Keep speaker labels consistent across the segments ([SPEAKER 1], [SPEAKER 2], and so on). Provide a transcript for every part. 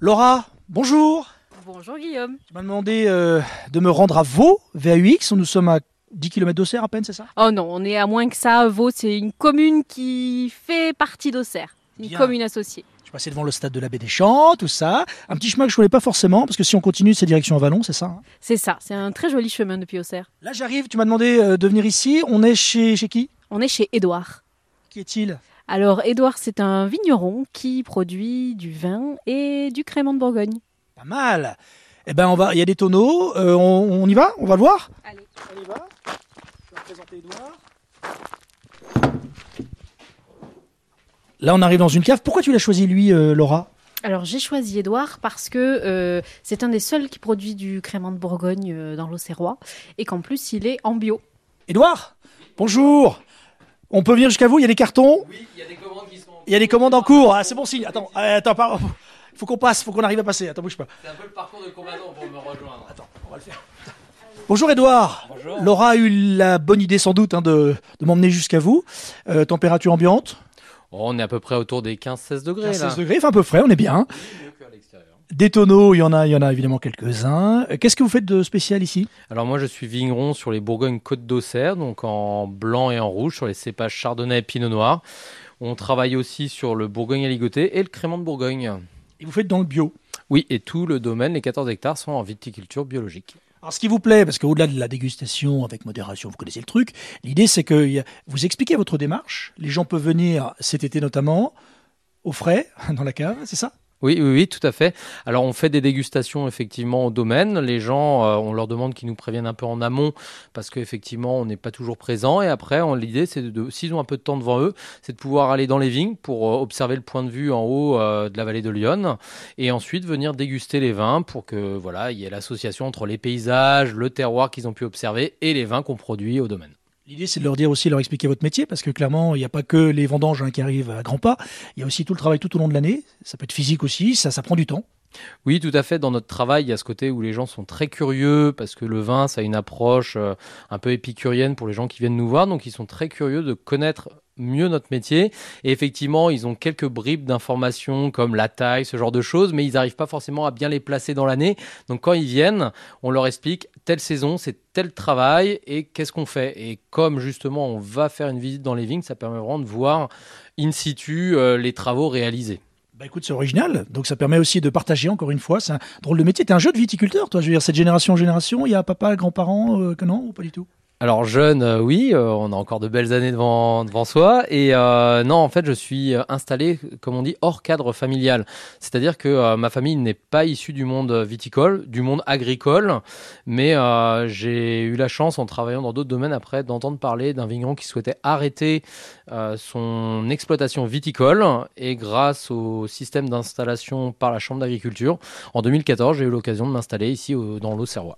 [SPEAKER 1] Laura, bonjour.
[SPEAKER 2] Bonjour Guillaume.
[SPEAKER 1] Tu m'as demandé euh, de me rendre à Vaux, VAUX. Nous sommes à 10 km d'Auxerre à peine, c'est ça
[SPEAKER 2] Oh non, on est à moins que ça. Vaud, c'est une commune qui fait partie d'Auxerre. Une
[SPEAKER 1] Bien.
[SPEAKER 2] commune associée.
[SPEAKER 1] Je suis passé devant le stade de l'Abbé des Champs, tout ça. Un petit chemin que je voulais pas forcément, parce que si on continue, c'est direction Avalon, c'est ça hein
[SPEAKER 2] C'est ça, c'est un très joli chemin depuis Auxerre.
[SPEAKER 1] Là, j'arrive, tu m'as demandé euh, de venir ici. On est chez, chez qui
[SPEAKER 2] On est chez Édouard.
[SPEAKER 1] Qui est-il
[SPEAKER 2] Alors Édouard, c'est un vigneron qui produit du vin et du crément de Bourgogne.
[SPEAKER 1] Pas mal. Eh ben, on va. Il y a des tonneaux. euh, on, on y va On va le voir
[SPEAKER 2] Allez.
[SPEAKER 1] On y va. Je vais présenter Edouard. Là, on arrive dans une cave. Pourquoi tu l'as choisi, lui, euh, Laura
[SPEAKER 2] Alors j'ai choisi Édouard parce que euh, c'est un des seuls qui produit du crément de Bourgogne euh, dans l'Auxerrois et qu'en plus il est en bio.
[SPEAKER 1] Edouard Bonjour On peut venir jusqu'à vous Il y a des cartons
[SPEAKER 3] Oui, il y a des commandes qui sont.
[SPEAKER 1] Il y a des commandes en cours. Ah, c'est bon signe. Attends, euh, attends, pardon. Faut qu'on passe, faut qu'on arrive à passer. Attends, bouge pas.
[SPEAKER 3] C'est un peu le parcours de combattant pour me rejoindre.
[SPEAKER 1] Attends, on va le faire. Bonjour Edouard.
[SPEAKER 3] Bonjour.
[SPEAKER 1] Laura a eu la bonne idée sans doute hein, de, de m'emmener jusqu'à vous. Euh, température ambiante,
[SPEAKER 3] Oh, on est à peu près autour des 15-16 degrés
[SPEAKER 1] 16 degrés, enfin un peu frais, on est bien. Des tonneaux, il y en a, il y en a évidemment quelques-uns. Euh, Qu'est-ce que vous faites de spécial ici
[SPEAKER 3] Alors moi je suis vigneron sur les Bourgognes-Côtes d'Auxerre, donc en blanc et en rouge sur les cépages Chardonnay et Pinot Noir. On travaille aussi sur le Bourgogne à ligoter et le crément de Bourgogne.
[SPEAKER 1] Et vous faites dans le bio.
[SPEAKER 3] Oui, et tout le domaine, les 14 hectares, sont en viticulture biologique.
[SPEAKER 1] Alors ce qui vous plaît, parce qu'au-delà de la dégustation avec modération, vous connaissez le truc, l'idée c'est que y a- vous expliquez votre démarche, les gens peuvent venir cet été notamment, au frais, dans la cave, c'est ça
[SPEAKER 3] Oui, oui, oui, tout à fait. Alors, on fait des dégustations effectivement au domaine. Les gens, euh, on leur demande qu'ils nous préviennent un peu en amont parce qu'effectivement, on n'est pas toujours présent. Et après, on- l'idée, c'est de, de- s'ils ont un peu de temps devant eux, c'est de pouvoir aller dans les vignes pour euh, observer le point de vue en haut euh, de la vallée de l'Yonne et ensuite venir déguster les vins pour que, voilà, il y ait l'association entre les paysages, le terroir qu'ils ont pu observer et les vins qu'on produit au domaine.
[SPEAKER 1] L'idée, c'est de leur dire aussi, leur expliquer votre métier, parce que clairement, il n'y a pas que les vendanges hein, qui arrivent à grands pas. Il y a aussi tout le travail tout au long de l'année. Ça peut être physique aussi, ça, ça prend du temps.
[SPEAKER 3] Oui, tout à fait. Dans notre travail, il y a ce côté où les gens sont très curieux parce que le vin, ça a une approche euh, un peu épicurienne pour les gens qui viennent nous voir. Donc, ils sont très curieux de connaître mieux notre métier. Et effectivement, ils ont quelques bribes d'informations comme la taille, ce genre de choses, mais ils n'arrivent pas forcément à bien les placer dans l'année. Donc, quand ils viennent, on leur explique telle saison, c'est tel travail et qu'est-ce qu'on fait. Et comme justement, on va faire une visite dans les vignes, ça permet vraiment de voir in situ euh, les travaux réalisés.
[SPEAKER 1] Bah écoute, c'est original. Donc ça permet aussi de partager encore une fois. C'est un drôle de métier. T'es un jeu de viticulteur, toi. Je veux dire, cette génération en génération, il y a papa, grands-parents, euh, que non, ou pas du tout
[SPEAKER 3] Alors jeune, euh, oui, euh, on a encore de belles années devant, devant soi. Et euh, non, en fait, je suis euh, installé, comme on dit, hors cadre familial. C'est-à-dire que euh, ma famille n'est pas issue du monde viticole, du monde agricole, mais euh, j'ai eu la chance, en travaillant dans d'autres domaines après, d'entendre parler d'un vigneron qui souhaitait arrêter euh, son exploitation viticole. Et grâce au système d'installation par la Chambre d'agriculture, en 2014, j'ai eu l'occasion de m'installer ici au- dans l'Auxerrois.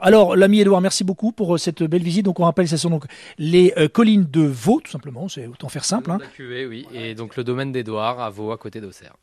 [SPEAKER 1] Alors, l'ami Edouard, merci beaucoup pour euh, cette belle visite. Donc, on rappelle, ce sont donc les euh, collines de Vaud, tout simplement. C'est autant faire simple. hein.
[SPEAKER 3] La cuvée, oui. Et donc le domaine d'Edouard à Vaux, à côté d'Auxerre.